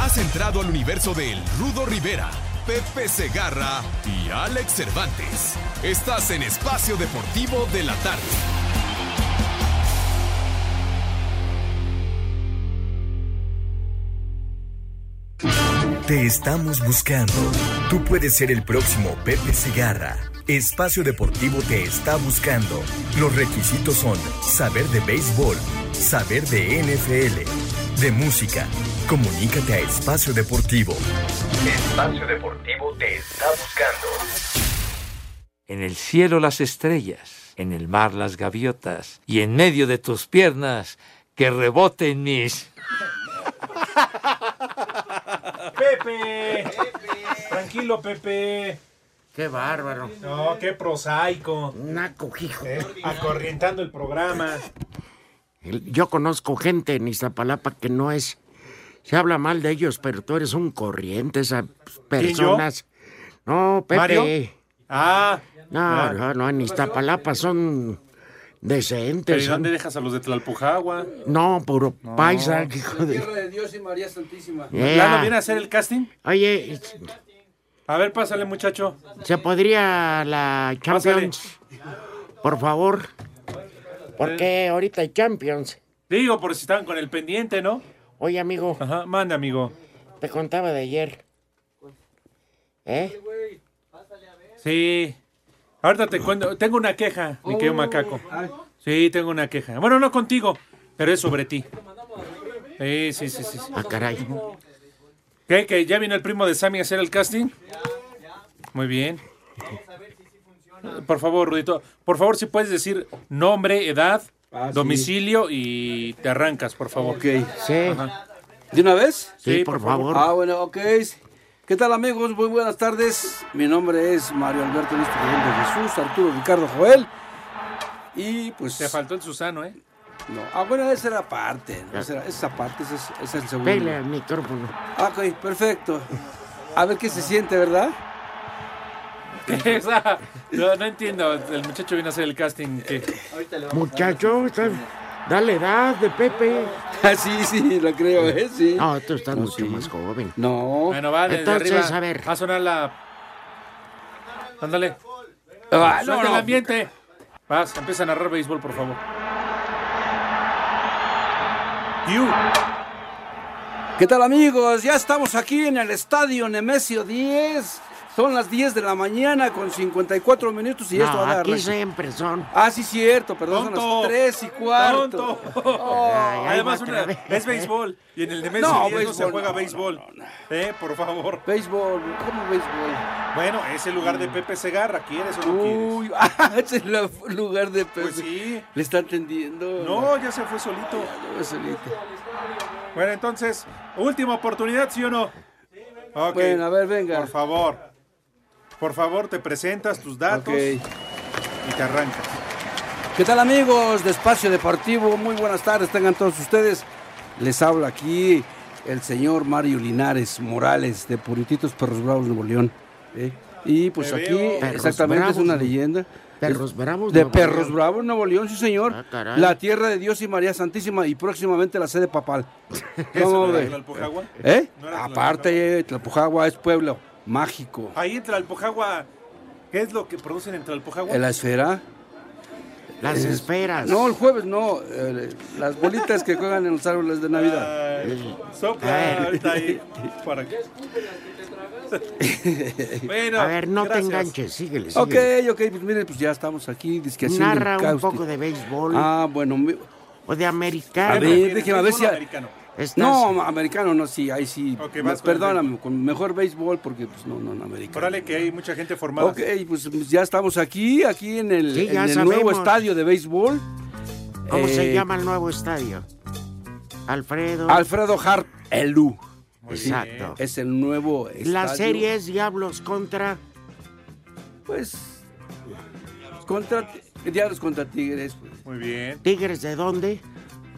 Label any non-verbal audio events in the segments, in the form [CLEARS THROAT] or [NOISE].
Has entrado al universo del Rudo Rivera, Pepe Segarra y Alex Cervantes. Estás en Espacio Deportivo de la Tarde. Te estamos buscando. Tú puedes ser el próximo Pepe Segarra. Espacio Deportivo te está buscando. Los requisitos son saber de béisbol, saber de NFL, de música. Comunícate a Espacio Deportivo. Espacio Deportivo te está buscando. En el cielo las estrellas, en el mar las gaviotas y en medio de tus piernas que reboten mis... [LAUGHS] Pepe. Pepe. Tranquilo, Pepe. Qué bárbaro. No, qué prosaico. Naco, hijo. Eh, acorrientando el programa. Yo conozco gente en Iztapalapa que no es. Se habla mal de ellos, pero tú eres un corriente, esas personas. No, [LAUGHS] Pepe. ¿Mario? Ah. No, no, no, en Iztapalapa son decentes. ¿Pero ¿y dónde dejas a los de Tlalpujagua? No, puro No. paisa, La hijo de. Tierra de Dios y María Santísima. Ea. ¿Lalo viene a hacer el casting? Oye, A ver, pásale, muchacho. ¿se podría la Champions? Por favor. Porque ahorita hay Champions. Digo, por si estaban con el pendiente, ¿no? Oye, amigo, Ajá, manda, amigo. te contaba de ayer. ¿Eh? Sí. Ahorita te cuento. Tengo una queja, Oh. mi querido macaco. Ah. Sí, tengo una queja. Bueno, no contigo, pero es sobre ti. Sí, sí, sí, sí. sí. Ah, caray. ¿Qué? ¿Que ya vino el primo de Sammy a hacer el casting? Muy bien. Por favor, Rudito. Por favor, si puedes decir nombre, edad, Ah, sí. domicilio y te arrancas, por favor. Ok. Sí, ¿De una vez? sí, Sí, por por favor. favor. Ah, bueno, ok. ¿Qué tal amigos? Muy buenas tardes. Mi nombre es Mario Alberto Luis Miguel de Jesús, Arturo Ricardo Joel. Y pues... Te faltó el Susano, ¿eh? no. Ah, bueno, esa era parte. ¿no? Esa, era- esa parte, ese es, ese es el segundo. Pele al micrófono. Ah, Ok, [LAUGHS] perfecto. A ver qué se siente, ¿verdad? O sea, no, no entiendo. El muchacho vino a hacer el casting. ¿qué? [LAUGHS] Muchacho, estás- dale edad de Pepe. Ah, sí, sí, lo creo, ¿eh? Sí. No, tú estás mucho más joven. No. Bueno, va desde Entonces, arriba. a ver. Va a sonar la. Ándale. Ah, no, Suelta el no. ambiente. Vas, empieza a narrar béisbol, por favor. You. ¿Qué tal amigos? Ya estamos aquí en el estadio Nemesio 10. Son las 10 de la mañana con 54 minutos y No, esto va a dar. aquí siempre son. Ah, sí, cierto, perdón, son Tonto. las 3 y cuarto. Tonto. Ay, ahí Además, va una- otra vez. es béisbol. Y en el de No, no, no se béisbol, juega no, béisbol. no, no. Eh, por favor. Béisbol, ¿cómo béisbol? Mm. Bueno, es el lugar de Pepe Segarra. ¿Quieres o no quieres? Uy, [LAUGHS] ah, es el lugar de Pepe. Pues sí. Le está atendiendo. No, ya se fue solito. Ya voy solito. Bueno, entonces, última oportunidad, ¿sí o no? Ok. Bueno, a ver, venga. Por favor. Por favor, te presentas tus Ok. datos y te arrancas. ¿Qué tal amigos de Espacio Deportivo? Muy buenas tardes, tengan todos ustedes. Les habla aquí el señor Mario Linares Morales de Purititos Perros Bravos Nuevo León. ¿eh? Y pues Te aquí veo. Perros exactamente Bravos, es una ¿no? leyenda. Perros Bravos De Nuevo Perros León. Bravos Nuevo León, sí señor. Ah, caray. la tierra de Dios y María Santísima y próximamente la sede [LAUGHS] papal. ¿Eso ¿Cómo no era ve? Tlalpujagua? ¿Eh? ¿No era Aparte, eh, Tlapujagua es pueblo mágico. Ahí en Tlalpujagua, ¿qué es lo que producen en Tlalpujagua? En la esfera. Eh, Las esperas. No, el jueves no. eh, las bolitas que juegan en los árboles de Navidad. Ay, A Eh, Sopla ver. ahorita ahí. Para [LAUGHS] que- bueno, A ver, no gracias. te enganches, síguele, Ok, síguele. ok, pues mire, pues ya estamos aquí. Dizque haciendo Narra el un caos. poco de béisbol Ah, bueno. mi- o de ¿Qué A americano. ver, prefieres, déjeme, a ver béisbol si- o americano? Estás- No, americano no, sí, ahí sí. Ok, Me- vas con el perdóname, con mejor béisbol porque pues no, no, no, americano. Órale que hay mucha gente formada. Ok, pues ya estamos aquí, aquí en el, Sí, en ya el nuevo sabemos. estadio de béisbol. ¿Cómo se Eh, llama el nuevo estadio? Alfredo. Alfredo Harp Elú. Exacto. Es el nuevo estadio. La serie es Diablos contra. Pues. Contra. Diablos contra Tigres. pues, Muy bien. ¿Tigres de dónde?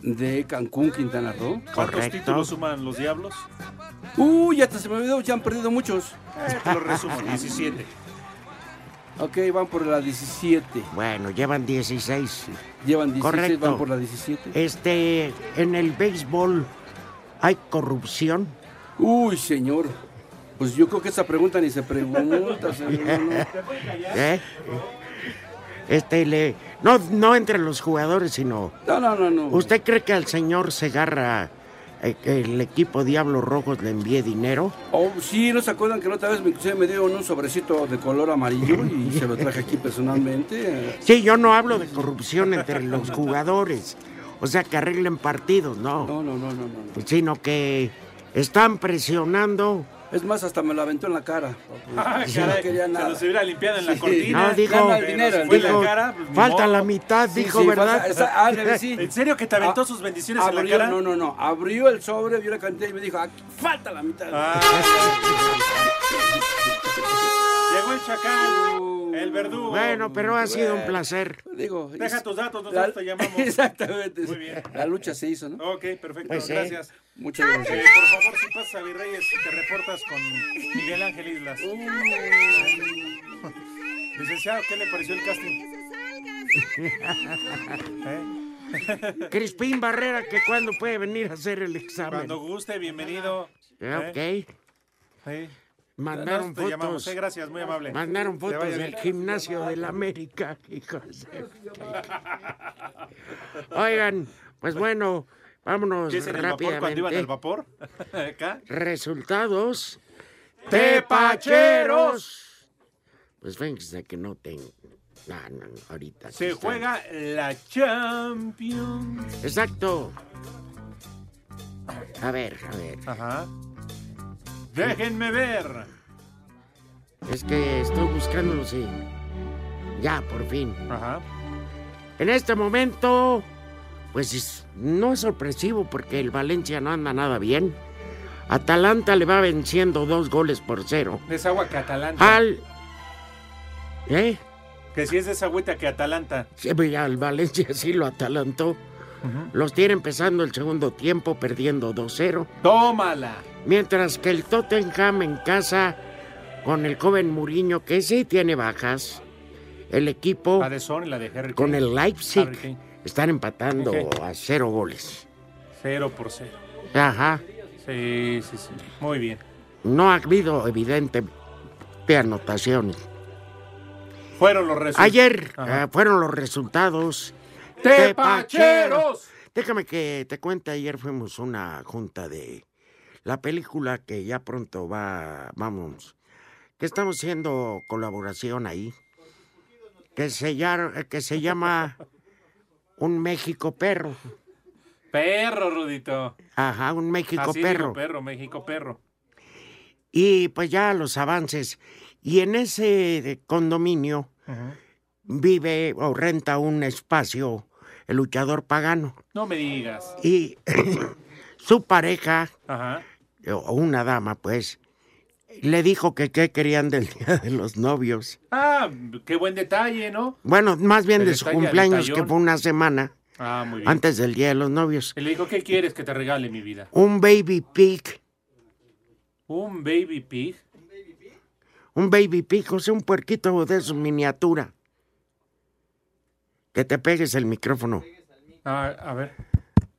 De Cancún, Quintana Roo. ¿Cuántos Correcto. títulos suman los Diablos? Uy, hasta se me olvidó, ya han perdido muchos. Eh, te lo [LAUGHS] resumo, 17. Ok, van por la 17. Bueno, llevan 16. Llevan 16, Correcto. van por la 17. Este, en el béisbol hay [LAUGHS] corrupción. Uy, señor. Pues yo creo que esa pregunta ni se [LAUGHS] pregunta, señor. no. ¿eh? Este le. No, no entre los jugadores, sino. No, no, no, no. ¿Usted cree que al señor Segarra eh, que el equipo Diablos Rojos le envíe dinero? Oh, sí, ¿no se acuerdan que la otra vez me, inclusive me dieron un sobrecito de color amarillo y se lo traje aquí pues? [LAUGHS] personalmente? Sí, yo no hablo de corrupción entre los jugadores. O sea, que arreglen partidos, no. Pues No, no, no, no, no. Sino que están presionando. Es más, hasta me lo aventó en la cara. papu. [LAUGHS] Ah, Sí, caray, no quería nada. Se los hubiera limpiado en la Sí. cortina. No, dijo- Gana el Pero dinero, se fue fue en la Dijo, cara. pues, ni falta modo. la mitad, Sí, dijo, sí, ¿verdad? pasa- esa- ah, ándale, sí. ¿En serio que te aventó Ah, sus bendiciones en la abrió- cara? No, no, no. Abrió el sobre, vio la cantidad y me dijo, "Aquí falta la mitad. Ah. Llegó el chacal, el verdugo. Bueno, pero ha sido un Bueno. placer. Digo, [LAUGHS] Deja es- tus datos, nosotros la- te llamamos. [LAUGHS] Exactamente. sí. bien. La lucha se hizo, ¿no? Ok, perfecto, Pues sí. gracias. Muchas Eh, gracias. por favor, si pasas a Virreyes, te reportas con Miguel Ángel Islas. [LAUGHS] Licenciado, ¿qué le pareció el casting? ¿Eh? Crispín Barrera, que cuándo puede venir a hacer el examen. Cuando guste, bienvenido. Eh, Ok. Sí. Mandaron Nosotros te llamamos. fotos. eh, gracias, muy amable. Mandaron Te vaya fotos bien. del gimnasio del América, hijos. de- Oigan, pues bueno, vámonos ¿Qué es en el vapor cuando iban al rápidamente. vapor? [LAUGHS] Acá. Resultados. ¡Tepacheros! Pues fíjense que no tengo. No, no, no, ahorita. aquí Se están. juega la Champions. Exacto. A ver, a ver. Ajá. Déjenme ver. Es que estoy buscándolo, sí. Ya, por fin. Ajá. En este momento, pues es- no es sorpresivo porque el Valencia no anda nada bien. Atalanta le va venciendo dos goles por cero. Desagua que Atalanta. Al. ¿Eh? Que si es desagüita que Atalanta. Sí, mira, al Valencia sí lo atalantó. Los tiene empezando el segundo tiempo, perdiendo 2-0. Tómala. Mientras que el Tottenham en casa, con el joven Muriño, que sí tiene bajas, el equipo La de Son y la de Harry. con Kane. el Harry Leipzig Kane. están empatando Ok. a cero goles. Cero por cero. Ajá. Sí, sí, sí. Muy bien. No ha habido evidente de anotaciones. Fueron los resultados. Ayer Ajá. eh, fueron los resultados. ¡Tepacheros! Déjame que te cuente, ayer fuimos a una junta de la película que ya pronto va, vamos, que estamos haciendo colaboración ahí, que se, ya- que se llama Un México Perro. Perro, Rudito. Ajá, Un México Así Perro. digo, perro, México, perro. Y pues ya los avances. Y en ese eh, condominio vive o renta un espacio el luchador pagano. No me digas. Y [COUGHS] su pareja, Ajá. o una dama pues, le dijo que qué querían del día de los novios. Ah, qué buen detalle, ¿no? Bueno, más bien El de su detalle al cumpleaños, detallón. que fue una semana Ah, muy bien. antes del día de los novios. Y le dijo, ¿qué quieres que te regale mi vida? Un baby pig. ¿Un baby pig? Un baby pig, o sea, un puerquito de su miniatura. Que te pegues el micrófono. Ah, a ver.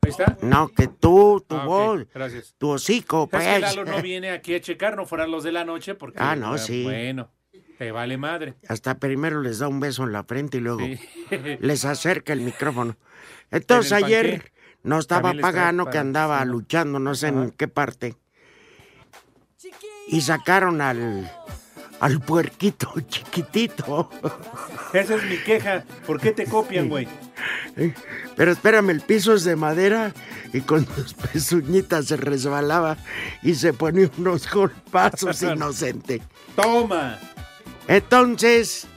Ahí está. No, que tú, tu Ah, ok, voz, Gracias. tu hocico, Es que pues. Lalo [LAUGHS] no viene aquí a checar, no fueran los de la noche porque... Ah, no, sí. Bueno, te vale madre. Hasta primero les da un beso en la frente y luego Sí. [LAUGHS] les acerca el micrófono. Entonces En el ayer panqué. no estaba También les trae pagano que para- andaba sí, ¿no? luchando, no sé en qué parte. Y sacaron al al puerquito [LAUGHS] chiquitito. Esa es mi queja. ¿Por qué te copian, güey? Pero espérame, el piso es de madera y con sus pezuñitas se resbalaba y se ponía [LAUGHS] unos golpazos inocente. ¡Toma! Entonces,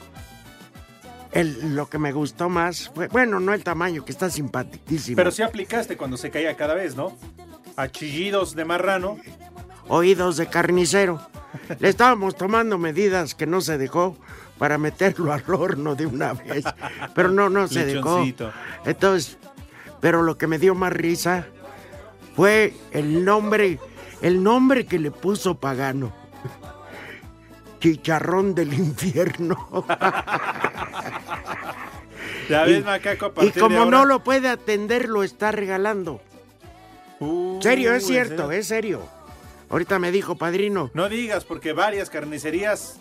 el- lo que me gustó más fue, bueno, no el tamaño, que está simpaticísimo. Pero sí aplicaste cuando se caía cada vez, ¿no? A chillidos de marrano. oídos de carnicero. Le estábamos tomando medidas que no se dejó para meterlo al horno de una vez, pero no, no se dejó. Lechoncito. Entonces, pero lo que me dio más risa fue el nombre, el nombre que le puso Pagano. Chicharrón del infierno. Ya Y- ves, Macaco, a Y partir como de ahora- no lo puede atender, lo está regalando. Uh, Serio, es ¿en cierto, es serio. Ahorita me dijo, padrino. No digas, porque varias carnicerías.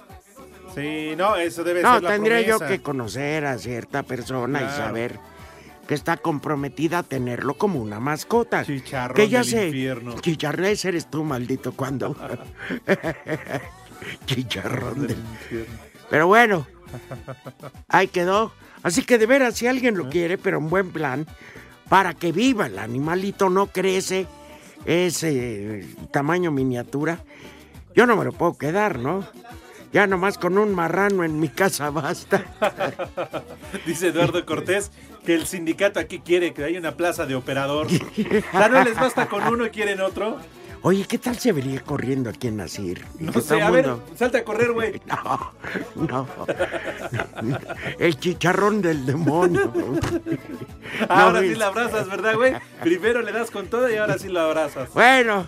Sí, no, eso debe No, ser la tendría yo promesa. que conocer a cierta persona y Claro. saber que está comprometida a tenerlo como una mascota. Chicharrón que ya del sé. infierno. Chicharrés eres tú, maldito, [LAUGHS] [LAUGHS] cuando. Chicharrón del. Pero bueno, [LAUGHS] ahí quedó. Así que de veras, si alguien lo quiere, pero en buen plan, para que viva el animalito, no crece ese eh, tamaño miniatura. Yo no me lo puedo quedar, ¿no? Ya nomás con un marrano en mi casa basta. [LAUGHS] Dice Eduardo Cortés que el sindicato aquí quiere que haya una plaza de operador. O sea, no les basta con uno y quieren otro. Oye, ¿qué tal se vería corriendo aquí en Nasir? Y No que todo sé, a el ver, mundo- [LAUGHS] salta a correr, güey. Ah, No, no. El chicharrón del [LAUGHS] demonio. Ahora No, sí la abrazas, ¿verdad, güey? Primero le das con todo y ahora sí la abrazas. Bueno,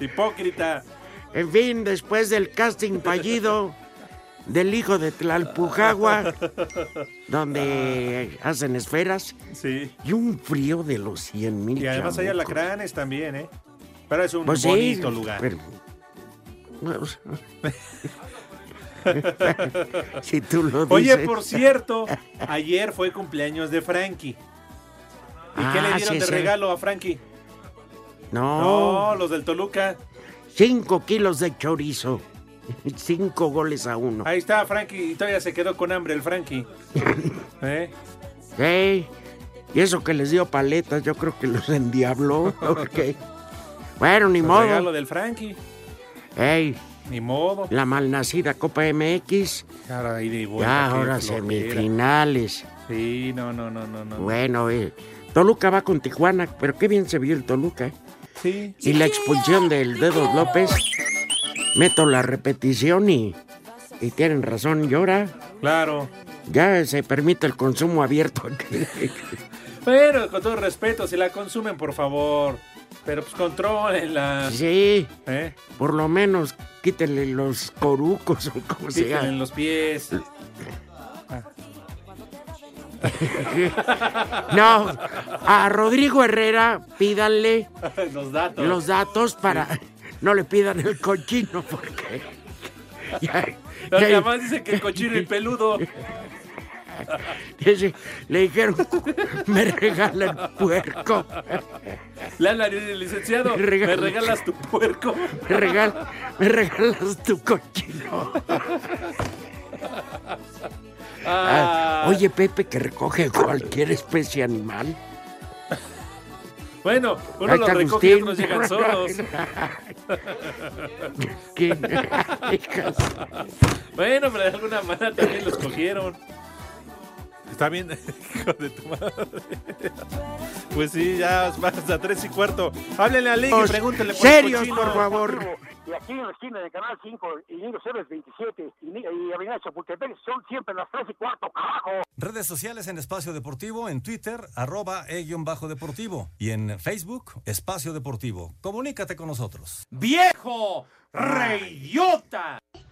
Hipócrita. en fin, después del casting fallido del hijo de Tlalpujagua, donde hacen esferas, Sí. y un frío de los 100 mil Y además hay alacranes también, ¿eh? Pero es Pues un bonito lugar. [LAUGHS] si tú lo dices. Oye, por cierto, ayer fue cumpleaños de Frankie. ¿Y qué le Ah, dieron sí, de sí. regalo a Frankie? No, No, los del Toluca. cinco kilos de chorizo. Cinco goles a uno. Ahí está Frankie y todavía se quedó con hambre el Frankie. ¿Eh? Sí. Y eso que les dio paletas, yo creo que los endiabló. [LAUGHS] porque- Bueno, ni El regalo modo. del Frankie. Ey, Ni modo. la malnacida Copa MX. Ahora ida y vuelta, ya qué ahora flojera. semifinales. Sí, no, no, no, no, no. Bueno, eh, Toluca va con Tijuana, pero qué bien se vio el Toluca. eh. Sí. Y la expulsión del Dedo López. Meto la repetición y, y tienen razón, llora. Claro. Ya se permite el consumo abierto. aquí. Pero con todo respeto, si la consumen, por favor. Pero pues contrólenla. sí, [LAUGHS] ¿Eh? por lo menos quítenle los corucos o como se Píquenle en llama. los pies. [LAUGHS] No, a Rodrigo Herrera pídanle los datos. los datos para no le pidan el cochino porque ya- No, ya- que además dice que cochino y [LAUGHS] peludo. dice, le dijeron me regala el puerco, Le hablan al licenciado. Me regalas- Me regalas tu puerco. me, regal- me regalas tu cochino. Ah, Ah, oye Pepe que recoge cualquier especie animal. Bueno, uno Ahí los está recoge y Agustín. otros [LAUGHS] llegan solos. ¿Qué? [LAUGHS] Bueno, pero de alguna manera también los cogieron. Está bien, [LAUGHS] hijo de tu madre. Pues sí, ya vas a tres y cuarto. Háblenle a Ligue y pregúntenle por el Serios, cochino. por favor. Y aquí en la esquina de Canal 5 y Niños Héroes 27 y, Ni- y Avenida Chapultepec son siempre las 3 y cuarto, carajo. Redes sociales en Espacio Deportivo, en Twitter, arroba E e-deportivo y en Facebook, Espacio Deportivo. Comunícate con nosotros. ¡Viejo! ¡Reyota!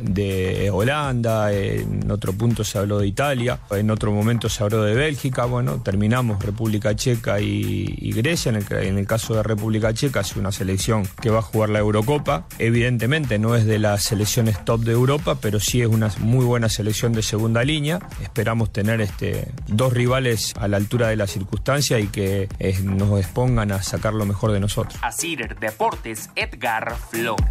de Holanda, en otro punto se habló de Italia, en otro momento se habló de Bélgica, bueno, terminamos República Checa y, y Grecia, en el, en el, caso de República Checa es una selección que va a jugar la Eurocopa, evidentemente no es de las selecciones top de Europa, pero sí es una muy buena selección de segunda línea, esperamos tener este, dos rivales a la altura de la circunstancia y que eh, nos expongan a sacar lo mejor de nosotros. Así Deportes, Edgar Flores.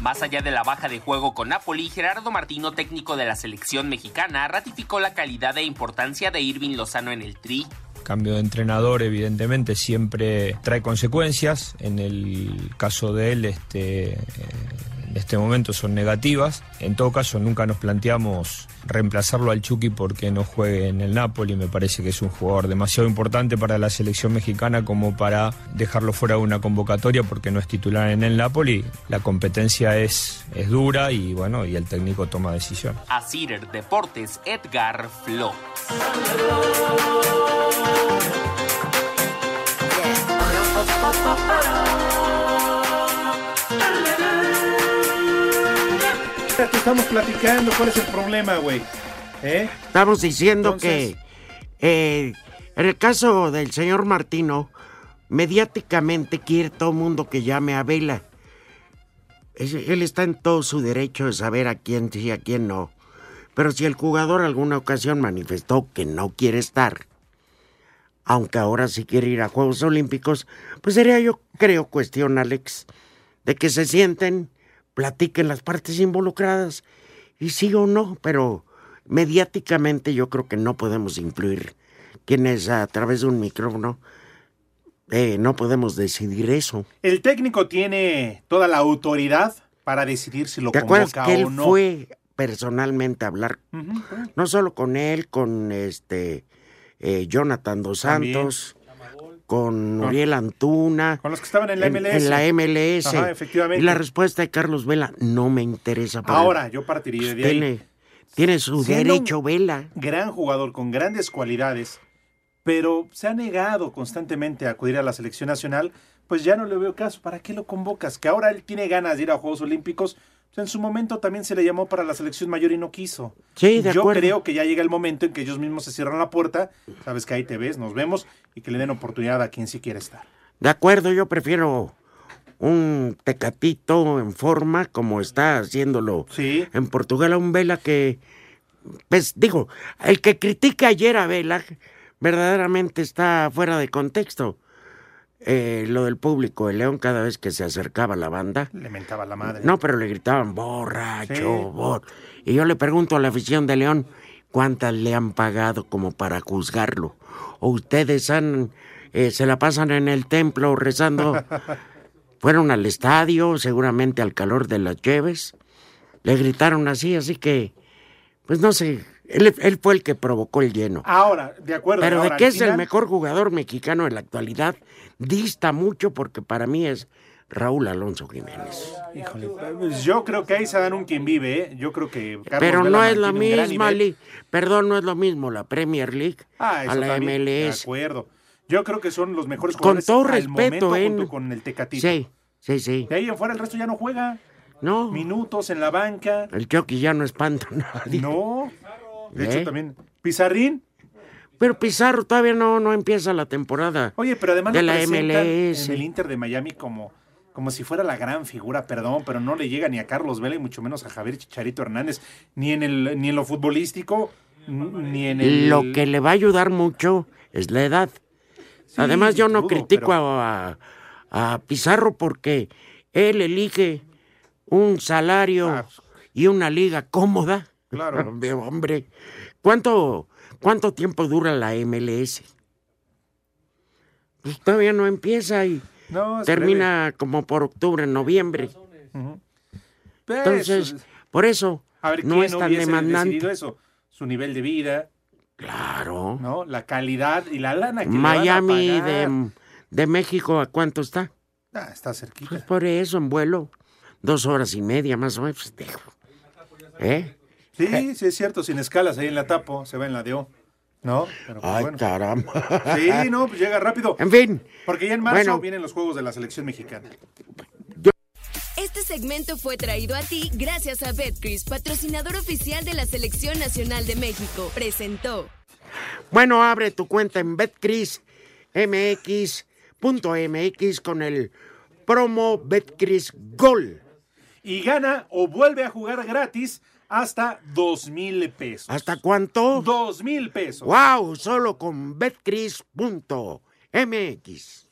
Más allá de la baja de juego con Napoli, Gerardo Martino, técnico de la selección mexicana, ratificó la calidad e importancia de Irving Lozano en el tri. Cambio de entrenador, evidentemente, siempre trae consecuencias. En el caso de él, este, en este momento son negativas. En todo caso, nunca nos planteamos reemplazarlo al Chucky porque no juegue en el Napoli. Me parece que es un jugador demasiado importante para la selección mexicana como para dejarlo fuera de una convocatoria porque no es titular en el Napoli. La competencia es, es dura y bueno, y el técnico toma decisión. A Cider Deportes, Edgar Flores. Te estamos platicando cuál es el problema, güey. ¿Eh? Estamos diciendo Entonces... que eh, en el caso del señor Martino, mediáticamente quiere todo el mundo que llame a Vela. Es, él está en todo su derecho de saber a quién sí y a quién no. Pero si el jugador alguna ocasión manifestó que no quiere estar, aunque ahora sí quiere ir a Juegos Olímpicos, pues sería yo creo cuestión, Alex, de que se sienten platiquen las partes involucradas y sí o no, pero mediáticamente yo creo que no podemos influir quienes a través de un micrófono eh, no podemos decidir eso. El técnico tiene toda la autoridad para decidir si lo ¿Te convoca acuerdas que o él no? fue personalmente a hablar, uh -huh. no solo con él, con este eh, Jonathan dos Santos. También con Uriel Antuna. Con los que estaban en la MLS. En, la MLS. Ajá, efectivamente. Y la respuesta de Carlos Vela no me interesa. Para Ahora, yo partiría de pues, ahí. Tiene, tiene su Siendo derecho, Vela. Gran jugador con grandes cualidades, pero se ha negado constantemente a acudir a la selección nacional. Pues ya no le veo caso. ¿Para qué lo convocas? Que ahora él tiene ganas de ir a Juegos Olímpicos. Pues en su momento también se le llamó para la selección mayor y no quiso. Sí, de Yo acuerdo. creo que ya llega el momento en que ellos mismos se cierran la puerta, sabes que ahí te ves, nos vemos y que le den oportunidad a quien sí quiere estar. De acuerdo, yo prefiero un tecatito en forma como está haciéndolo sí. en Portugal a un Vela que, pues digo, el que critica ayer a Vela verdaderamente está fuera de contexto. Eh, lo del público, el León cada vez que se acercaba a la banda. Le mentaba la madre. No, pero le gritaban borracho, sí. bor... Y yo le pregunto a la afición de León, ¿cuántas le han pagado como para juzgarlo? ¿O ustedes han, eh, se la pasan en el [LAUGHS] templo rezando? Fueron al estadio, seguramente al calor de las lleves. Le gritaron así, así que, pues no sé, él, él, fue el que provocó el lleno. Ahora, de acuerdo. Pero ahora, de que es final... el mejor jugador mexicano en la actualidad, dista mucho porque para mí es Raúl Alonso Jiménez. Híjole, pues yo creo que ahí se dan un quien vive, ¿eh? Yo creo que... Carlos Pero Vela no es la Martín, misma liga. Perdón, no es lo mismo la Premier League ah, eso a la también, MLS. De acuerdo. Yo creo que son los mejores con jugadores todo al respeto, momento eh, junto con el Tecatito. Sí, sí, sí. De ahí en fuera el resto ya no juega. No. Minutos en la banca. El Chucky ya no espanta a nadie. ¿Eh? No. De hecho, también. Pizarrín. Pero Pizarro todavía no, no empieza la temporada. Oye, pero además de lo la presentan MLS. en el Inter de Miami como, como si fuera la gran figura, perdón, pero no le llega ni a Carlos Vela y mucho menos a Javier Chicharito Hernández, ni en el, ni en lo futbolístico, ni en el. Lo que le va a ayudar mucho es la edad. Sí, Además, yo no dudo, critico pero- a, a Pizarro porque él elige un salario y una liga cómoda. Ah, pues, Claro. [LAUGHS] Hombre, hombre. ¿Cuánto, ¿Cuánto tiempo dura la MLS? Pues todavía no empieza y No, es termina como por octubre, noviembre. breve. Entonces, Pues, por eso a ver, no ¿quién es tan hubiese demandante. decidido eso? Su nivel de vida, Claro. ¿no? La calidad y la lana que le van a Miami pagar. de, de México, ¿a cuánto está? Ah, está cerquita. Pues por eso, en vuelo, dos horas y media más o menos. pues, dejo. ¿Eh? Sí, sí, es cierto, sin escalas ahí en la tapo, se va en la DO. ¿No? Pero pues, Ay, bueno. caramba. [LAUGHS] Sí, no, pues llega rápido. En fin, Porque ya en marzo Bueno. vienen los juegos de la selección mexicana. Este segmento fue traído a ti gracias a Betcris, patrocinador oficial de la Selección Nacional de México. Presentó. Bueno, abre tu cuenta en betcris.mx.mx con el promo Betcris Gol. Y gana o vuelve a jugar gratis hasta dos mil pesos. ¿Hasta cuánto? Dos mil pesos. ¡Wow! Solo con betcris.mx.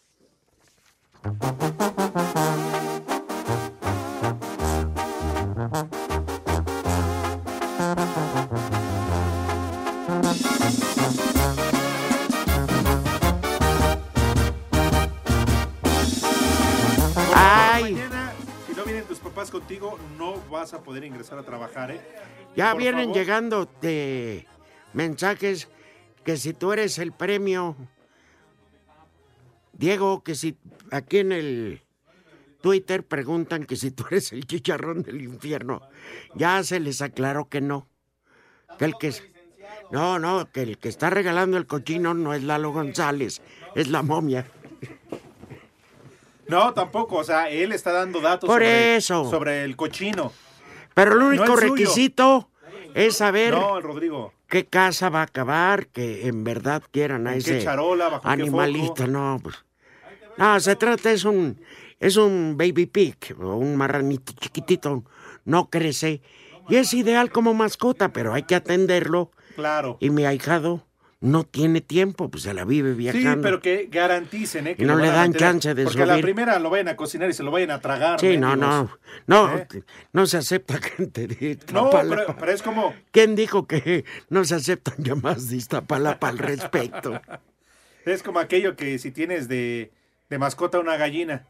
Ay. Mañana, si no vienen tus papás contigo, no vas a poder ingresar a trabajar, ¿eh? Ya Por vienen favor. llegando de mensajes que si tú eres el premio, Diego, que si aquí en el Twitter preguntan que si tú eres el chicharrón del infierno, ya se les aclaró que no. Que el que no, no, que el que está regalando el cochino no es Lalo González, es la momia. No, tampoco, o sea, él está dando datos Por sobre, eso. sobre el cochino. Pero el único No es suyo. requisito es saber No, el Rodrigo. qué casa va a acabar, que en verdad quieran a ¿En qué ese charola, bajo qué animalista, foco? no, pues. No, se trata, es un, es un baby pig, o un marranito chiquitito, no crece. Y es ideal como mascota, pero hay que atenderlo. Claro. Y mi ahijado no tiene tiempo, pues se la vive Sí, viajando. pero que garanticen, ¿eh? Que Y no lo le van a dan mantener. chance de Porque a la subir. primera lo vayan a cocinar y se lo vayan a tragar. Sí, no, mendigos. no. No, ¿Eh? no se acepta [LAUGHS] gente de No, Iztapalapa. pero, pero es como... ¿Quién dijo que no se aceptan llamadas de Iztapalapa al respecto? [LAUGHS] Es como aquello que si tienes de, de mascota una gallina.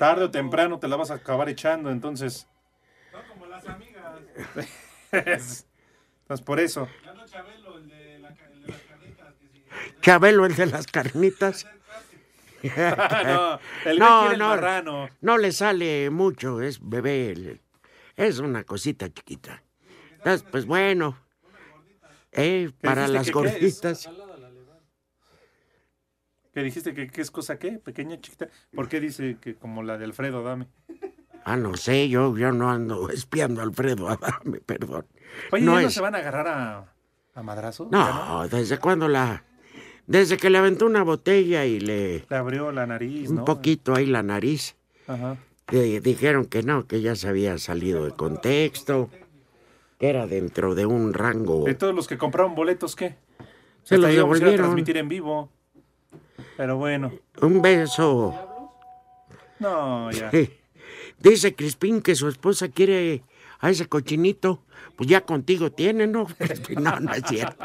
Tarde o temprano te la vas a acabar echando, entonces. [LAUGHS] No como las amigas. entonces, por eso. Chabelo, el de las carnitas. [LAUGHS] No, el güey quiere el marrano. no le sale mucho, es bebé, el- es una cosita chiquita. Entonces, pues bueno, eh, para dijiste las que qué es? gorditas, Que dijiste que, que es cosa qué, pequeña, chiquita. ¿Por qué dice que como la de Alfredo Dame? ah, no sé, yo, yo no ando espiando a Alfredo Adame, [LAUGHS] perdón. Oye, no ¿ya no es- se van a agarrar a, a madrazo? ¿Ya No, ¿desde cuándo la...? Desde que le aventó una botella y le... Le abrió la nariz, Un ¿no? poquito ahí la nariz. Ajá. Eh, dijeron que no, que ya se había salido de contexto, que era dentro de un rango. De todos los que compraron boletos, ¿qué? Se los Hasta íbamos Eh, a ir a devolvieron. transmitir en [LAUGHS] vivo. Pero bueno. Un beso. No, ya. Dice Crispín que su esposa quiere a ese cochinito. Pues ya contigo tiene, ¿no? [LAUGHS] Crispín? No, no es [LAUGHS] cierto.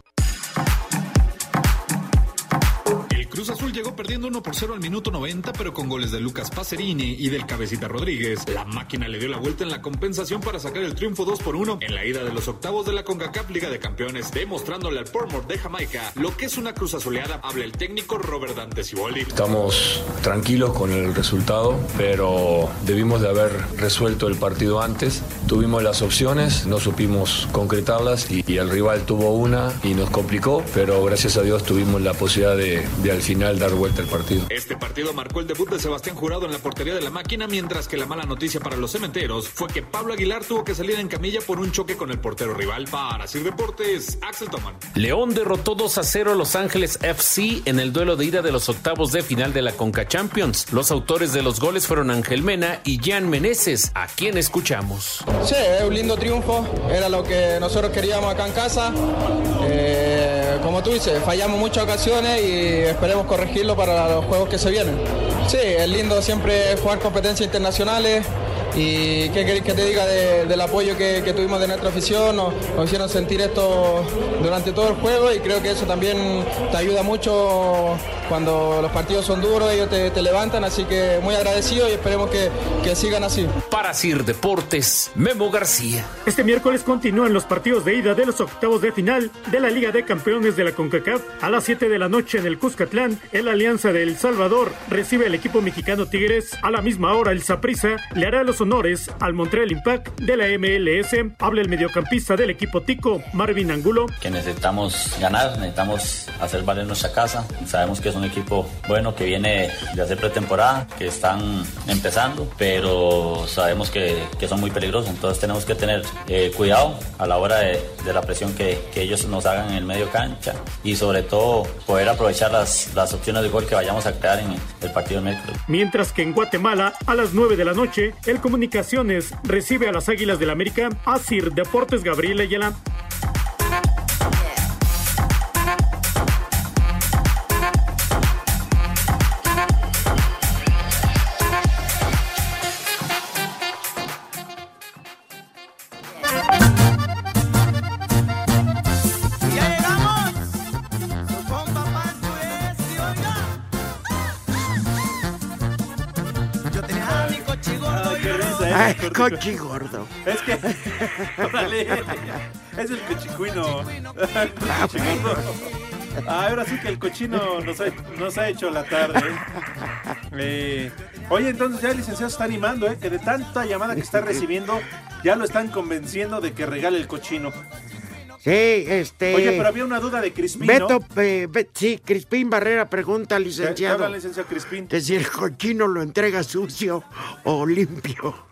El Cruz Azul llegó perdiendo 1 por 0 al minuto 90, pero con goles de Lucas Pacerini y del Cabecita Rodríguez. La máquina le dio la vuelta en la compensación para sacar el triunfo 2 por 1 en la ida de los octavos de la CONCACAF Liga de Campeones, demostrándole al Portmore de Jamaica lo que es una Cruz Azuleada. Habla el técnico Robert Dante Ciboli. Estamos tranquilos con el resultado, pero debimos de haber resuelto el partido antes. Tuvimos las opciones, no supimos concretarlas y, y el rival tuvo una y nos complicó, pero gracias a Dios tuvimos la posibilidad de, de al final dar vuelta al partido. Este partido marcó el debut de Sebastián Jurado en la portería de la máquina, mientras que la mala noticia para los cementeros fue que Pablo Aguilar tuvo que salir en camilla por un choque con el portero rival. Para Sir Deportes, Axel Toman. León derrotó 2 a 0 a Los Ángeles FC en el duelo de ida de los octavos de final de la Conca Champions. Los autores de los goles fueron Ángel Mena y Jan Meneses, a quien escuchamos. Sí, es un lindo triunfo, era lo que nosotros queríamos acá en casa. Eh, como tú dices, fallamos muchas ocasiones y esperemos corregirlo para los juegos que se vienen. Sí, es lindo siempre jugar competencias internacionales. ¿Y qué queréis que te diga de, del apoyo que, que, tuvimos de nuestra afición? Nos, nos, hicieron sentir esto durante todo el juego y creo que eso también te ayuda mucho cuando los partidos son duros, ellos te, te levantan, así que muy agradecido y esperemos que, que sigan así. Para Sir Deportes, Memo García. Este miércoles continúan los partidos de ida de los octavos de final de la Liga de Campeones de la CONCACAF. A las 7 de la noche en el Cuscatlán, el Alianza de El Salvador recibe al equipo mexicano Tigres. A la misma hora, el Saprissa le hará los honores al Montreal Impact de la MLS. Habla el mediocampista del equipo Tico, Marvin Angulo. Que necesitamos ganar, necesitamos hacer valer nuestra casa. Sabemos que es un equipo bueno que viene de hacer pretemporada, que están empezando, pero sabemos que, que son muy peligrosos. Entonces tenemos que tener eh, cuidado a la hora de, de la presión que, que, ellos nos hagan en el medio cancha y sobre todo poder aprovechar las, las opciones de gol que vayamos a crear en el partido del miércoles. Mientras que en Guatemala, a las 9 de la noche, el Comunicaciones recibe a las Águilas del la América, Asir Deportes Gabriel Ayala. Ah, eh, cochi gordo. Es que. Órale. Es el cochicuino. pues. Ah, ahora sí que el cochino nos ha, nos ha hecho la tarde. Eh, oye, entonces ya el licenciado se está animando, ¿eh? Que de tanta llamada que está recibiendo, ya lo están convenciendo de que regale el cochino. Sí, este. Oye, pero había una duda de Crispín. Beto, ¿no? eh, Bet, sí, Crispín Barrera pregunta al licenciado. ¿Qué habla, licenciado Crispín? Que si el cochino lo entrega sucio o limpio.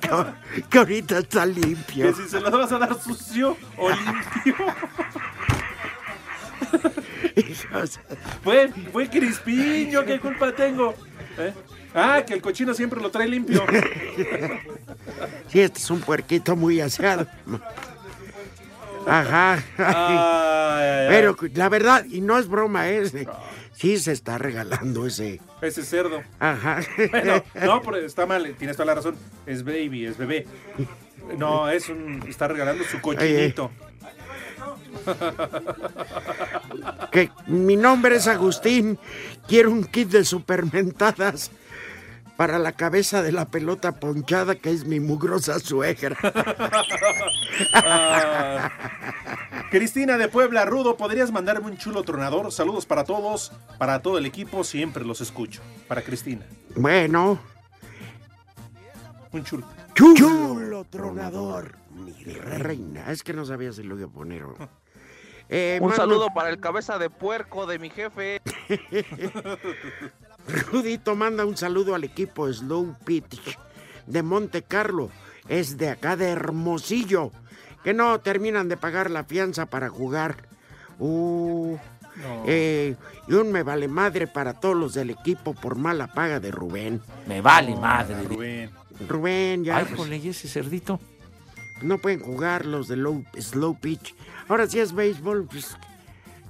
que, que, ahorita está limpio. Que si se lo vas a dar sucio o limpio. fue, fue Crispín, yo qué culpa tengo. ¿Eh? Ah, que el cochino siempre lo trae limpio. sí, este es un puerquito muy aseado. Ajá. Ay, Pero la verdad, y no es broma, es. ¿eh? Sí, se está regalando ese. Ese cerdo. Ajá. Bueno, no, pero está mal, tienes toda la razón. Es baby, es bebé. No, es un. Está regalando su cochinito. Que mi nombre es Agustín. Quiero un kit de supermentadas para la cabeza de la pelota ponchada que es mi [LAUGHS] mugrosa suegra. ah, Cristina de Puebla, Rudo, ¿podrías mandarme un chulo tronador? Saludos para todos, para todo el equipo, siempre los escucho. Para Cristina. Bueno. Un chulo. Chulo, chulo tronador, mi reina. Es que no sabía si lo iba a poner. ¿o? Eh, un mando... saludo para el cabeza de puerco de mi jefe. Rudito manda un saludo al equipo Slow Pitch de Monte Carlo. Es de acá de Hermosillo. Que no terminan de pagar la fianza para jugar. Uh, no. eh, y un me vale madre para todos los del equipo por mala paga de Rubén. Me vale oh, madre. Rubén. Rubén, ya. Ay, pues, ese cerdito. No pueden jugar los de low, Slow Pitch. Ahora si es béisbol, pues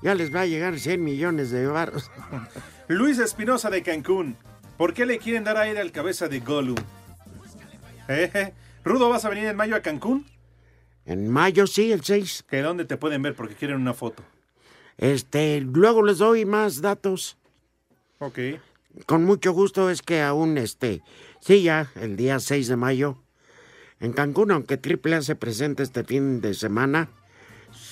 ya les va a llegar 100 millones [LAUGHS] de baros. Luis Espinosa de Cancún. ¿Por qué le quieren dar aire al cabeza de Gollum? ¿Eh? Rudo, ¿vas a venir en mayo a Cancún? En mayo sí, el 6. ¿Que dónde te pueden ver? Porque quieren una foto. Este, luego les doy más datos. Ok. Con mucho gusto es que aún este, sí ya, el día 6 de mayo. En Cancún, aunque AAA se presenta este fin de semana,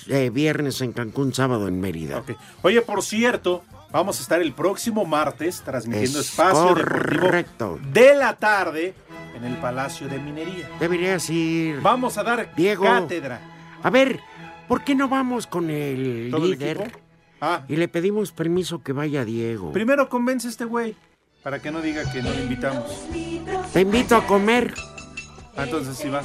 eh, viernes en Cancún, sábado en Mérida. Okay. Oye, por cierto, vamos a estar el próximo martes transmitiendo es espacio correcto. Deportivo de la tarde en el Palacio de Minería. Deberías ir. Vamos a dar Diego. cátedra. A ver, ¿por qué no vamos con el líder? El ah. Y le pedimos permiso que vaya Diego. Primero convence a este güey para que no diga que no le invitamos. Te invito a comer. Ah, entonces sí va.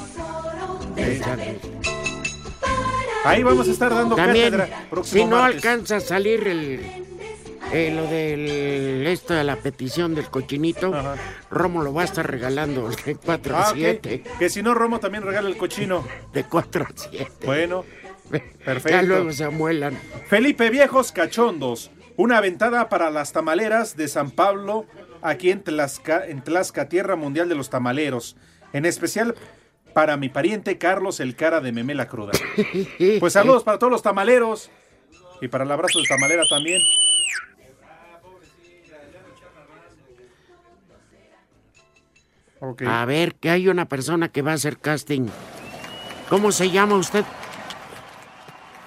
Ahí vamos a estar dando También, cátedra. si no martes. alcanza a salir el, eh, lo del esto de la petición del cochinito, Ajá. Romo lo va a estar regalando [LAUGHS] de 4 ah, a 7. Okay. Que si no, Romo también regala el cochino. De 4 a 7. Bueno. Perfecto. Ya luego se amuelan. Felipe Viejos Cachondos. Una aventada para las tamaleras de San Pablo, aquí en Tlaxca, en Tlaxca, Tierra Mundial de los Tamaleros. En especial para mi pariente Carlos El Cara de Memela [LAUGHS] Cruda. Pues saludos para todos los tamaleros. Y para el abrazo de tamalera también. Okay. A ver, que hay una persona que va a hacer casting. ¿Cómo se llama usted?